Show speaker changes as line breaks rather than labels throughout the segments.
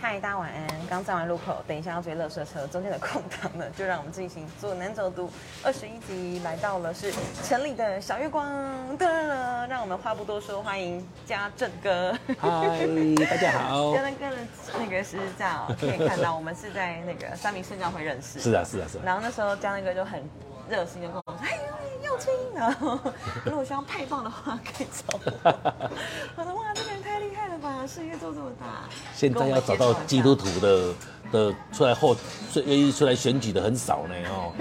嗨，大家晚安！刚站完路口，等一下要追乐色车，中间的空档呢，就让我们进行左南走读二十一集，来到了是城里的小月光，噔了，让我们话不多说，欢迎家政哥。
嗨，大家好
家。政哥的那个私照可以看到，我们是在那个三明圣教会认识。
是啊，是啊，是啊。
然后那时候江那哥就很热心的跟我说：“哎，耀青，然后如果需要派报的话，可以 找我。”我说：“哇，这个人太厉害了吧，事业做这么大。”
现在要找到基督徒的的出来后，最愿意出来选举的很少呢哦。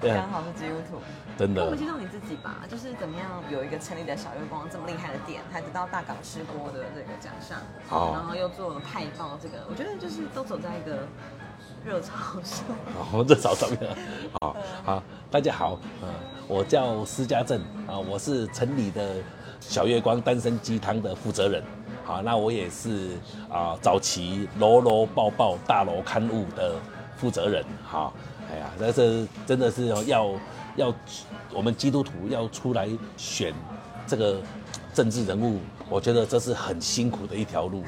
对
刚
啊，
好是基督徒。
真
那我们
的
介。绍你自己吧，就是怎么样有一个成立的小月光这么厉害的店，还得到大港吃播的这个奖项，
哦
然后又做了派报，这个我觉得就是都走在一个热潮上。
哦，这找上面了。好，哦好，大家好，嗯，我叫施家正啊，我是城里的小月光单身鸡汤的负责人。好，那我也是啊，早期楼楼抱抱大楼刊物的负责人。好，哎呀，但是真的是哦要要我们基督徒要出来选这个政治人物，我觉得这是很辛苦的一条路。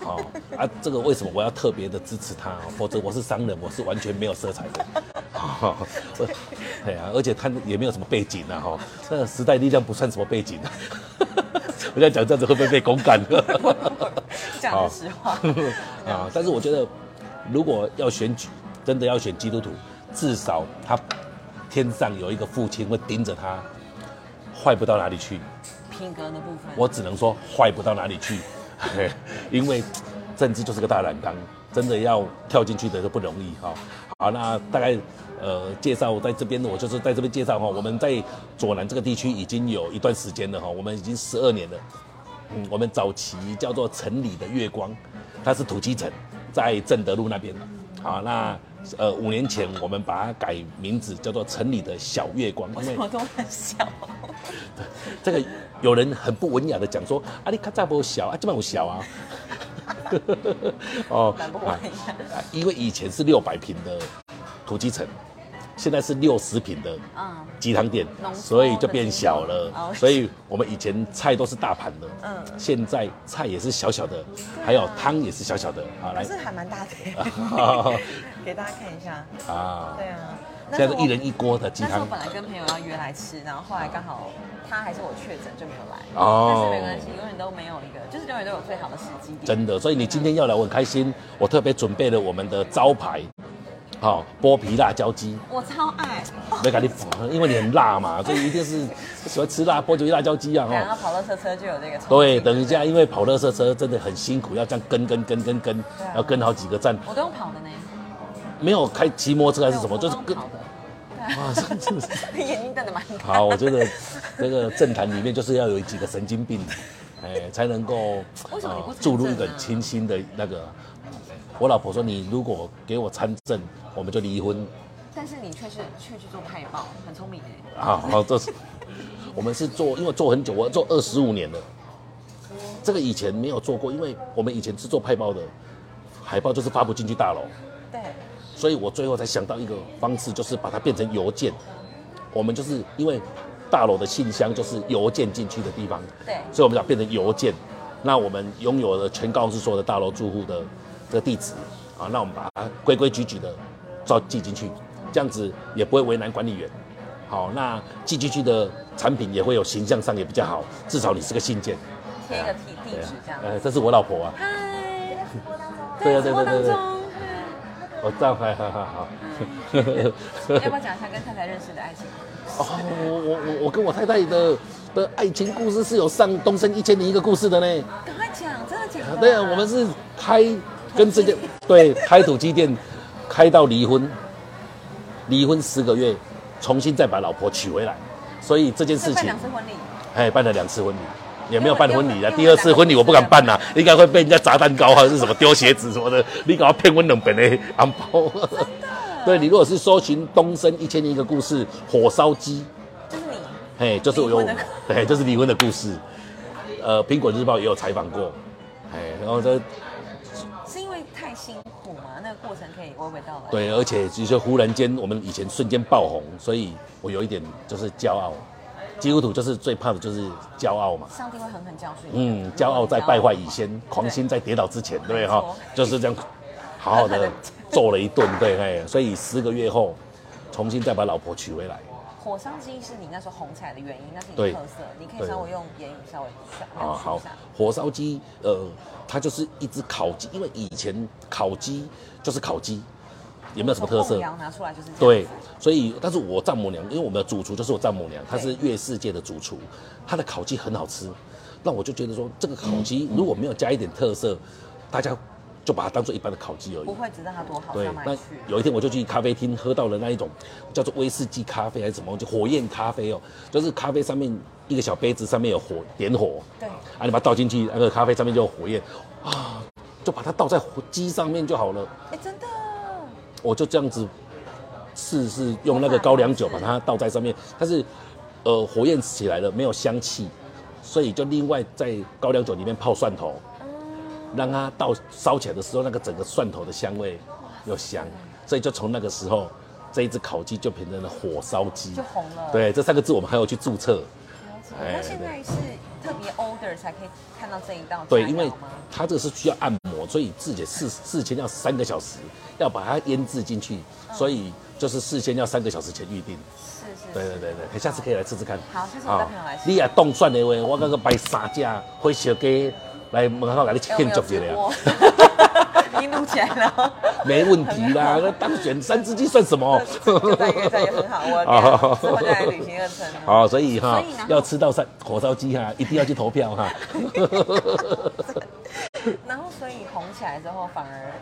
好、啊，这个为什么我要特别的支持他、哦否则我是商人，我是完全没有色彩的。哦好、我对啊，而且他也没有什么背景啊，哈、那个时代力量不算什么背景啊。 我在讲这样子会不会被公干？
讲的实话，
啊，但是我觉得，如果要选举，真的要选基督徒，至少他天上有一个父亲会盯着他，坏不到哪里去。
品格的部分，
我只能说坏不到哪里去， 嘿因为政治就是个大染缸，真的要跳进去的都不容易哈、好，那大概呃介绍在这边的，我就是在这边介绍哈、我们在左南这个地区已经有一段时间了哈、我们已经十二年了。嗯，我们早期叫做城里的月光，它是土鸡城，在正德路那边。好，那呃五年前我们把它改名字叫做城里的小月光，因为
我都很 小，
这个有人很不文雅的讲说，啊你卡扎波小啊，这边有小啊， 哦
蛮不
啊
完雅。
啊因为以前是六百平的土鸡城，现在是六十平的
嗯，
鸡汤店
浓，缩
所以就变小了
的鸡汤哦。
所以我们以前菜都是大盘的，
嗯
现在菜也是小小的，还有汤也是小小的。好，
可
来
是还蛮大的
啊，
给大家看一下。
啊，
对啊，
现
那
在
时
是
候
一人一锅的鸡
但是我
汤
本来跟朋友要约来吃，然后后来刚好他还是我确诊就没有来。
哦
但是没关系，永远都没有一个，就是永远都有最好的时机点。
真的。所以你今天要来，我很开心，我特别准备了我们的招牌，好、剥皮辣椒鸡。
我超爱，
没给你补，因为你很辣嘛，所以一定是喜欢吃辣，剥皮辣椒鸡啊，
然
哈。
后跑乐车车就有这个冲
哦对，
劲
等一下，因为跑乐色车真的很辛苦，要这样跟跟跟跟跟
对啊，
要跟好几个站，
我都用跑的呢，
没有开骑摩托车还是什么，
我
就是
都用
跟
跑的。
啊，真的是。
你眼睛瞪得蛮 大。
好，我觉得这个政坛里面就是要有几个神经病，哎，才能够
为什么你不参政啊
注入一个清新的那个。我老婆说，你如果给我参政，我们就离婚
但是你却是却去做派报，很聪明哎。
啊！好，这是我们是做，因为做很久，我做二十五年了，这个以前没有做过，因为我们以前是做派报的，海报就是发不进去大楼，
对，
所以我最后才想到一个方式，就是把它变成邮件。我们就是因为大楼的信箱就是邮件进去的地方，
对
所以我们要变成邮件。那我们拥有了全高雄市所有的大楼住户的这个地址啊，那我们把它规规矩矩的照寄进去，这样子也不会为难管理员。好，那寄进去的产品也会有形象上也比较好，至少你是个信件。
贴一
啊
个地地址这样
呃，这是我老婆啊，
嗨，
对啊
直
对对对对
播当中，
我知道，好好 好 好。
嗨哎要不要讲一下跟太太认识的爱情？
哦，我我我我跟我太太的的爱情故事是有上《东升一千零一个故事》的呢。
赶快讲，真的假的？
对啊，我们是开跟这件对开土鸡店，开到离婚，离婚十个月，重新再把老婆娶回来，所以这件
是
事
办
情
两次婚礼，
哎办了两次婚礼。也没有办婚礼
因为
的，
我
第二次婚礼我不敢办啦、啊应该会被人家砸蛋糕还是什么丢鞋子什么的。 你搞骗我两本的红包。对你如果是搜寻东升一千零一个故事火烧鸡，
就是你。
嘿，就是
离
有
婚的，
对，就是离婚的故事。呃，苹果日报也有采访过，哎，然后这
是因为太辛苦嘛？那个过程可以娓娓道来。，
对，而且就是忽然间我们以前瞬间爆红，所以我有一点就是骄傲，基督徒就是最怕的就是骄傲嘛。
上帝会狠狠教训你的。
嗯，骄傲在败坏以先，狂心在跌倒之前，对哈
没错，
就是这样，好 好的揍了一顿，对，哎，所以十个月后，重新再把老婆娶回来，
火伤之一是你那时候红起来的原因，那是你的
对
特色，你可以
对
稍微用言语稍微想
啊，
描
好
述一下。，
火烧鸡，呃，它就是一只烤鸡，因为以前烤鸡就是烤鸡，也没有什么特色
从后，摇拿出来就是这样
对
子，
所以但是我丈母娘，因为我们的主厨就是我丈母娘，她
对
是月世界的主厨，她的烤鸡很好吃，那我就觉得说这个烤鸡如果没有加一点特色，大家就把它当做一般的烤鸡而已
不。会知道它多好
对
上，哪
那
里去。
有一天我就去咖啡厅喝到了那一种叫做威士忌咖啡还是什么，就火焰咖啡哦，就是咖啡上面一个小杯子上面有火点火，
对
啊，你把它倒进去，那个咖啡上面就有火焰，啊，就把它倒在火鸡上面就好了。
哎，真的，
我就这样子试试用那个高粱酒把它倒在上面，但是呃火焰起来了，没有香气，所以就另外在高粱酒里面泡蒜
哦
头，让它到烧起来的时候，那个整个蒜头的香味又香，所以就从那个时候。这一只烤鸡就变成了火烧鸡，
就红了
对，这三个字我们还有去注册。
了解
哎
那现在是特别 order 才可以看到这一道
对，
佳肴
因为
吗
它这个是需要按摩，所以自己事事前要三个小时，要把它腌制进去，所以就是事先要三个小时前预定。
是是，
对对对对，下次可以来试试看。
好下次我带朋友来试试
你也冻蒜的话，我刚刚摆三只火烧鸡来门口给
哎，我
你庆
没
祝
有
一
吃
下。
过， 已经录起来了，
没问题啦，那当选三只鸡算什么？
就在越战也很好，
哦
我之后再来旅行二程。
好，所以
所
哈
以然后，
要吃到三火烧鸡哈，一定要去投票哈。
然后所以红起来之后，反而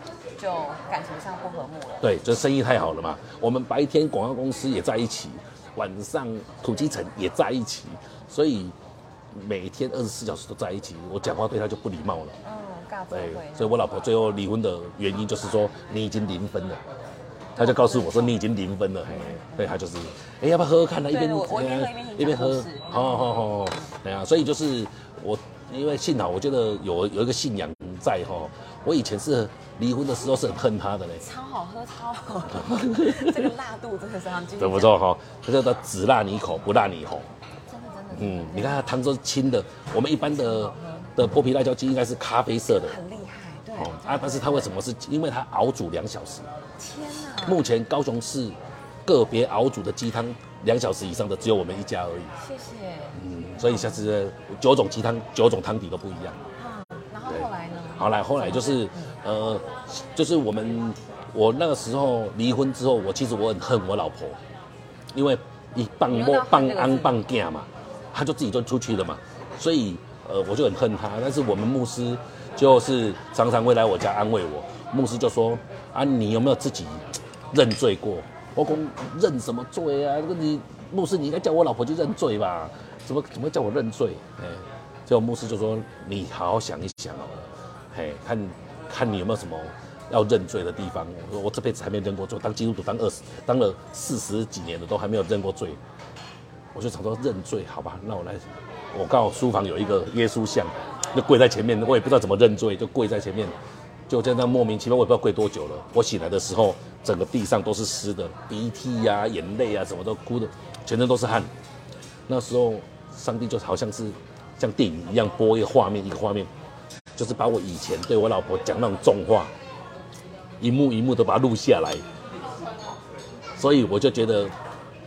就感情上不和睦了。
对，这生意太好了嘛。我们白天广告公司也在一起，晚上土鸡城也在一起，所以每天二十四小时都在一起。我讲话对他就不礼貌了。
嗯，尬作
对
会，。
所以我老婆最后离婚的原因就是说你已经零分了，她就告诉我说你已经零分了，嘿对，她就是，哎、要不要喝喝看呢？一
对
边哎
我我一边喝一边听你讲故事
好好好，哦对啊，所以就是我，因为幸好我觉得有有一个信仰在哈，我以前是离婚的时候是很恨她的嘞，
超好喝，超好 喝，这个辣度真的是很惊
对不
真的
错哈，她叫做只辣你一口不辣你喉，
真的真的，
嗯，你看它汤都是清的，我们一般
啊
的的剥皮辣椒鸡应该是咖啡色的。
很厉害，对
哦啊！但是它为什么是？因为它熬煮两小时，
天哪，
目前高雄市个别熬煮的鸡汤两小时以上的只有我们一家而已。
谢谢。
嗯，所以下次呃九种鸡汤、九种汤底都不一样。
啊，然后
对
后来呢？
好来，后来就是呃，就是我们我那个时候离婚之后，我其实我很恨我老婆，因为一棒
你用
摸
到恨
棒
这个
安
字
棒架嘛，她就自己就出去了嘛，所以呃我就很恨她。但是我们牧师就是常常会来我家安慰我，牧师就说啊你有没有自己认罪过？我讲认什么罪啊？那你牧师你应该叫我老婆去认罪吧？怎么怎么叫我认罪？哎、结果牧师就说你好好想一想好了。嘿，看看你有没有什么要认罪的地方。我说我这辈子还没认过罪，当基督徒当二十当了四十几年了，都还没有认过罪。我就想说认罪，好吧，那我来，我刚好书房有一个耶稣像，就跪在前面，我也不知道怎么认罪，就跪在前面，就这样莫名其妙，我也不知道跪多久了。我醒来的时候，整个地上都是湿的，鼻涕呀、眼泪啊，什么都哭的，全身都是汗。那时候，上帝就好像是像电影一样播一个画面一个画面，就是把我以前对我老婆讲那种重话，一幕一幕的把它录下来，所以我就觉得，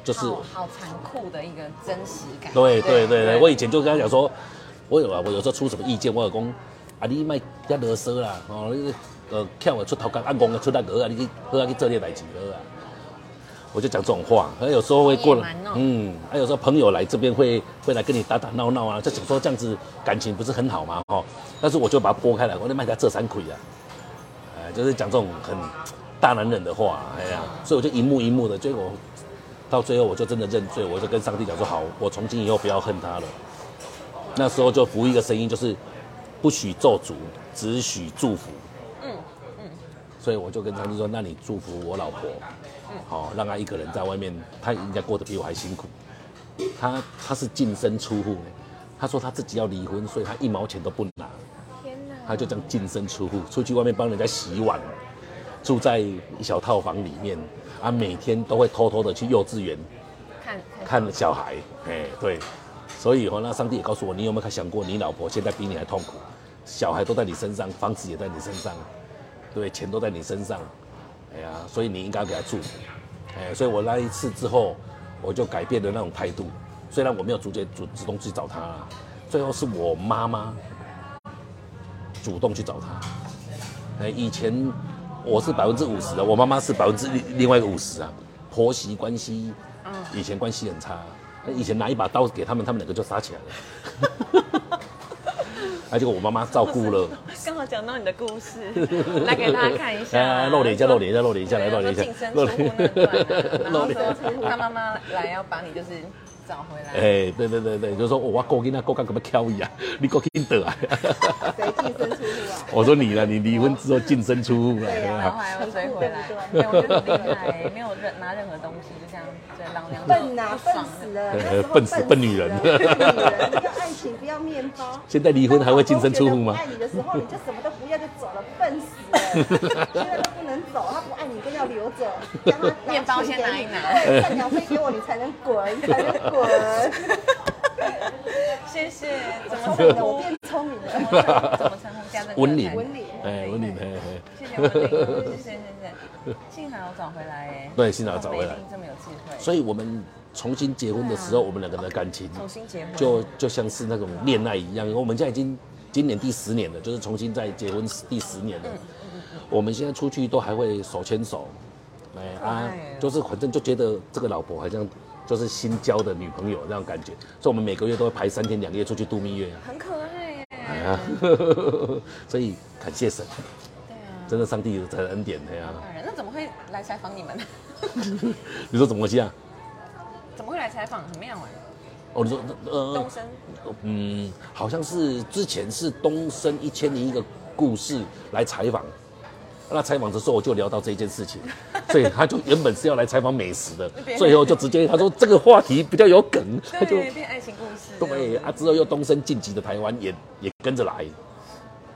就是
好好残酷的一个真实感。
对对对对，我以前就跟他讲说，我有啊，我有时候出什么意见，我有讲啊，你卖遐啰嗦啦，哦，你呃跳的出头壳，啊戆的出那个啊，你去好啊去做你的代志好啊。我就讲这种话，而有时候会过来
好野蛮哦，
嗯，还有时候朋友来这边会会来跟你打打闹闹啊，就想说这样子感情不是很好嘛，哦，但是我就把它拨开来，我就卖他这三亏啊，哎，就是讲这种很大男人的话，哎呀，所以我就一幕一幕的，结果到最后我就真的认罪，我就跟上帝讲说好，我从今以后不要恨他了。那时候就服一个声音，就是不许咒诅，只许祝福。
嗯
所以我就跟上帝说，那你祝福我老婆，好、哦让她一个人在外面，她应该过得比我还辛苦。她她是净身出户呢，她说她自己要离婚，所以她一毛钱都不拿。
天哪，
他就这样净身出户，出去外面帮人家洗碗，住在一小套房里面，啊，每天都会偷偷的去幼稚园
看看
看小孩，哎，对，所以哦，那上帝也告诉我，你有没有想过，你老婆现在比你还痛苦，小孩都在你身上，房子也在你身上，对，钱都在你身上，哎呀，所以你应该要给她祝福，哎，所以我那一次之后，我就改变了那种态度，虽然我没有主动主主动去找她啦，最后是我妈妈主动去找她。哎，以前我是百分之五十的，我妈妈是百分之另外一个五十啊，婆媳关系，
嗯
以前关系很差，那以前拿一把刀给他们，他们两个就杀起来了。 啊，结果我妈妈照顾 了，
刚好讲到你的故 事，来给大家看一
哎
下。
露脸一下，露脸一下，露脸一下，来露脸一下
对啊，
露
说
脸
净身出户那段啊，然
露
后
脸
说出户他妈妈来要把你就是找回来。
哎，对对对对，就说哦我够跟那够干，干嘛挑伊啊？你够跟得啊？
谁净身出户啊？
我说你了，你离婚之后净身出户了，
对啊
然后还要追回来，
对
对，我觉得很厉害，没有任拿任何东西，就这样对老娘
笨呐、笨
爽
死了！
对
那时候
笨死笨女人
笨女人，要爱情不要面包。
现在离婚还会净身出户吗
当老公觉得不爱你的时候，你就什么都不要就走了，笨死了！现在都不能走，他不爱你就要留着，让他拿
面包先
钱给
拿
你
一拿
对，赡养费给我，你才能滚，才能滚。
谢谢，怎么称
聪明了，我
呼？
变聪明了。
怎么称呼？加这个
文玲
才
文理，
哎，文玲，哎哎。
谢谢文玲，谢谢谢谢，幸好我找回来哎，
对幸好找回来
一定这么有智慧，
所以我们重新结婚的时候，我们两个人的感情
啊重新结婚
就就像是那种恋爱一样。我们现在已经今年第十年了，就是重新再结婚第十年
嗯
了。我们现在出去都还会手牵手，哎
爱
啊
哦，
就是反正就觉得这个老婆好像就是新交的女朋友那种感觉，所以我们每个月都会排三天两夜出去度蜜月啊。
很可爱耶，
哎呀， 所以感谢神，
对啊，
真的上帝的恩典哎的呀、
当然，那怎么会来采访你们呢？
你说怎么回事啊？
怎么会来采访？很妙哎，
哦，你说呃，
东升
嗯，好像是之前是东升一千零一个故事来采访，那采访的时候我就聊到这件事情，所以他就原本是要来采访美食 的，最后就直接他说这个话题比较有梗，他就
对，变爱情故事，
对啊，之后又东升晋级的台湾也也跟着来。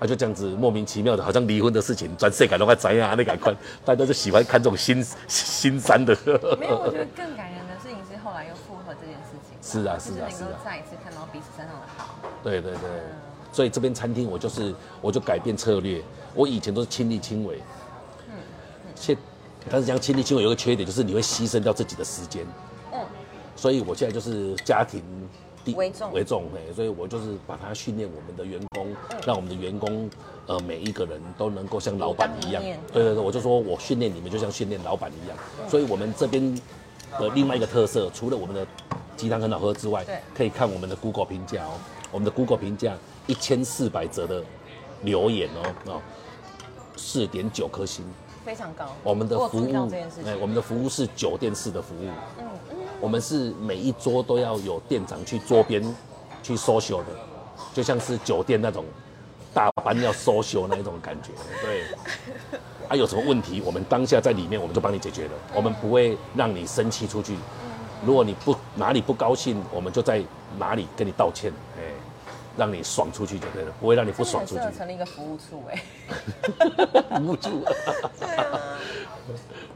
他就这样子莫名其妙的，好像离婚的事情，转世感都快怎样啊？那赶快，大家就喜欢看这种新新三的。
没有，我觉得更感人的事情是后来又复合这件事情吧。
是啊
就是
啊
能够
是啊
再一次看到彼此身上的好。
对对对，所以这边餐厅我就是我就改变策略，我以前都是亲力亲为，现但是讲亲力亲为有个缺点就是你会牺牲掉自己的时间，
嗯，
所以我现在就是家庭第
为重
为重哎，所以我就是把它训练我们的员工，
嗯
让我们的员工呃每一个人都能够像老板一
独
样
当一面，嗯
对对对，我就说我训练你们就像训练老板一样，所以我们这边的另外一个特色，除了我们的鸡汤很好喝之外
对，
可以看我们的 Google 评价哦，我们的 Google 评价一千四百则的留言哦哦，四点九颗星。
非常高。
我们的
我有
服
注意到
务
这件事，
哎，
情，
我们的服务是酒店式的服务。嗯我们是每一桌都要有店长去桌边 去 social 的，就像是酒店那种大班要 social 那一种感觉。 对。啊，有什么问题，我们当下在里面我们就帮你解决了，我们不会让你生气出去。
嗯
如果你不哪里不高兴，我们就在哪里跟你道歉，哎，让你爽出去就对了，不会让你不
真的
爽
很
出去
适合。成立一个服务处哎。
不 住。
对啊，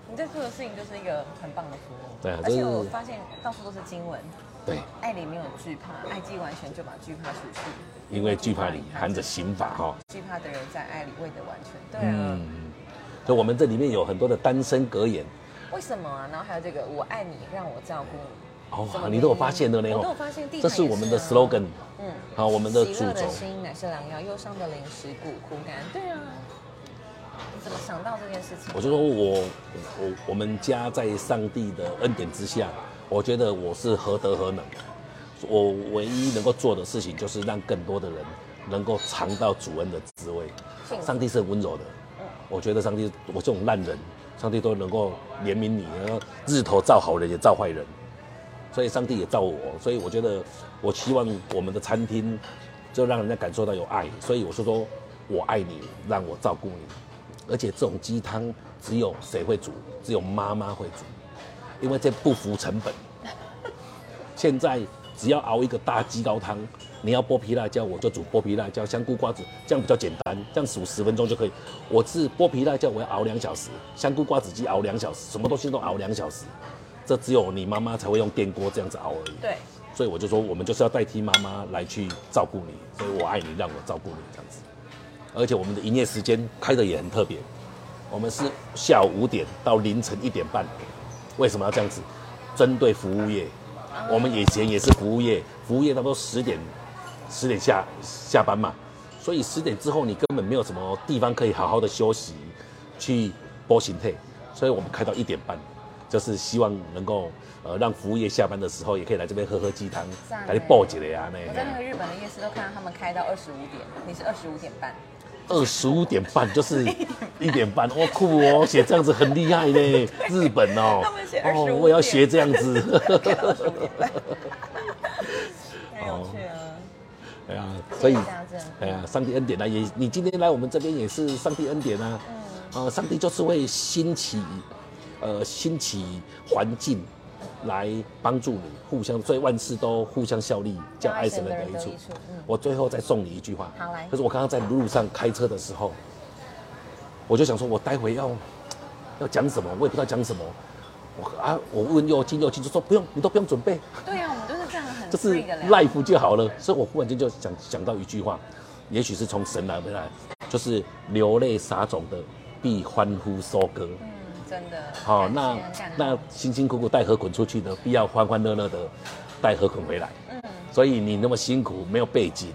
你在做的事情就是一个很棒的服务。
对啊
而且
这是
我发现到处都是经文，
对。
爱里没有惧怕，爱既完全就把惧怕除去。
因为惧怕里含着刑法哈、
惧怕的人在爱里未得完全。对啊
嗯，，所以我们这里面有很多的单身格言
为什么啊？然后还有这个我爱你，让我照顾你。
哦
什么，
你都有发现了呢
我都有
哦，
发现地毯也啊，
这是我们的 slogan，
嗯，
好，啊我们的主
喜乐的
轴，
心乃是良药，忧伤的灵食骨枯干。对啊，你怎么想到这件事情？
我就说我我我们家在上帝的恩典之下，我觉得我是何德何能，我唯一能够做的事情就是让更多的人能够尝到主恩的滋味
幸。福嗯
上帝是很温柔的，我觉得上帝我这种烂人，上帝都能够怜悯你，然后日头照好人也照坏人，所以上帝也照我，所以我觉得我希望我们的餐厅就让人家感受到有爱，所以我就说我爱你，让我照顾你，而且这种鸡汤只有谁会煮，只有妈妈会煮，因为这不符成本。现在只要熬一个大鸡高汤，你要剥皮辣椒，我就煮剥皮辣椒、香菇瓜子，这样比较简单，这样煮十分钟就可以。我是剥皮辣椒，我要熬两小时，香菇瓜子鸡熬两小时，什么东西都熬两小时。这只有你妈妈才会用电锅这样子熬而已。
对，
所以我就说，我们就是要代替妈妈来去照顾你，所以我爱你，让我照顾你这样子。而且我们的营业时间开的也很特别，我们是下午五点到凌晨一点半。为什么要这样子？针对服务业，我们以前也是服务业，服务业差不多十点十点下下班嘛，所以十点之后你根本没有什么地方可以好好的休息，去波形退，所以我们开到一点半，就是希望能够呃让服务业下班的时候也可以来这边喝喝鸡汤
赞欸，
来爆几个呀啊那
我在那个日本的夜市都看到他们开到二十五点，你是二十五点半，
二十五点半就是一点半，哇酷哦，写这样子很厉害呢，日本哦
他们写，25
哦我也要学这样子。
开到二十五点半，太有趣了。
哎呀，所以
谢谢大家
哎呀，上帝恩典啊，也你今天来我们这边也是上帝恩典啊。
嗯
呃，上帝就是会兴起，呃，兴起环境来帮助你，互相，所以万事都互相效力，叫爱神人得益
叫爱神的
处
人得益处嗯。
我最后再送你一句话。
好来
可是我刚刚在路上开车的时候，我就想说，我待会要要讲什么，我也不知道讲什么。我啊，我问右进右进就说不用，你都不用准备，
对啊，我们就是这样很
就是
free 的聊。
life 就好了。所以我忽然间就想想到一句话，也许是从神来回来，就是流泪撒种的必欢呼收割。
嗯，真的。
好、
感
那
谢感恩
那辛辛苦苦带河滚出去的，必要欢欢乐乐的带河滚回来。
嗯，
所以你那么辛苦，没有背景，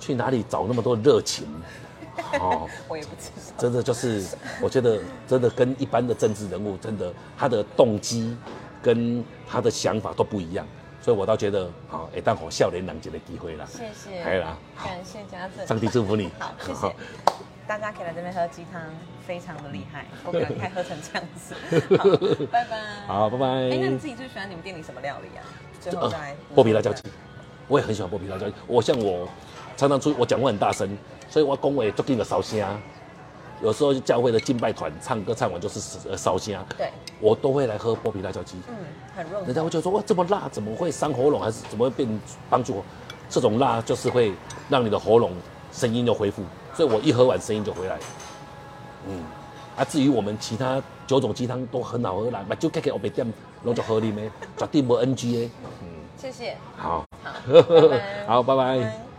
去哪里找那么多热情？哦，
我也不知道。
真的就是，我觉得真的跟一般的政治人物，真的他的动机跟他的想法都不一样，所以我倒觉得，好、哎，当好笑脸两节的机会啦。
谢谢，
还有啦好
感谢家政，
上帝祝福你
哎好，谢
好
谢。大家可以来这边喝鸡汤，非常的厉 害，我敢开喝成这样子。好，拜拜。
好，拜拜。
哎，那你自己最喜欢你们店里什么料理啊？最后
呃
再来嗯
剥皮辣椒鸡，我也很喜欢剥皮辣椒鸡。我像我常常出去我讲话很大声，所以我恭维最近的烧声。啊有时候教会的敬拜团唱歌唱完就是呃烧声，
对，
我都会来喝剥皮辣椒鸡。
嗯，很润
人。家会觉得说哇这么辣怎么会伤喉咙，还是怎么会变帮助我？这种辣就是会让你的喉咙声音就恢复，所以我一喝完声音就回来。嗯，啊，至于我们其他九种鸡汤都很好喝啦，那就给给我们店拢就喝你咩，绝对无 NG 的。
谢谢，
好，
好，拜拜
好，拜拜。
拜拜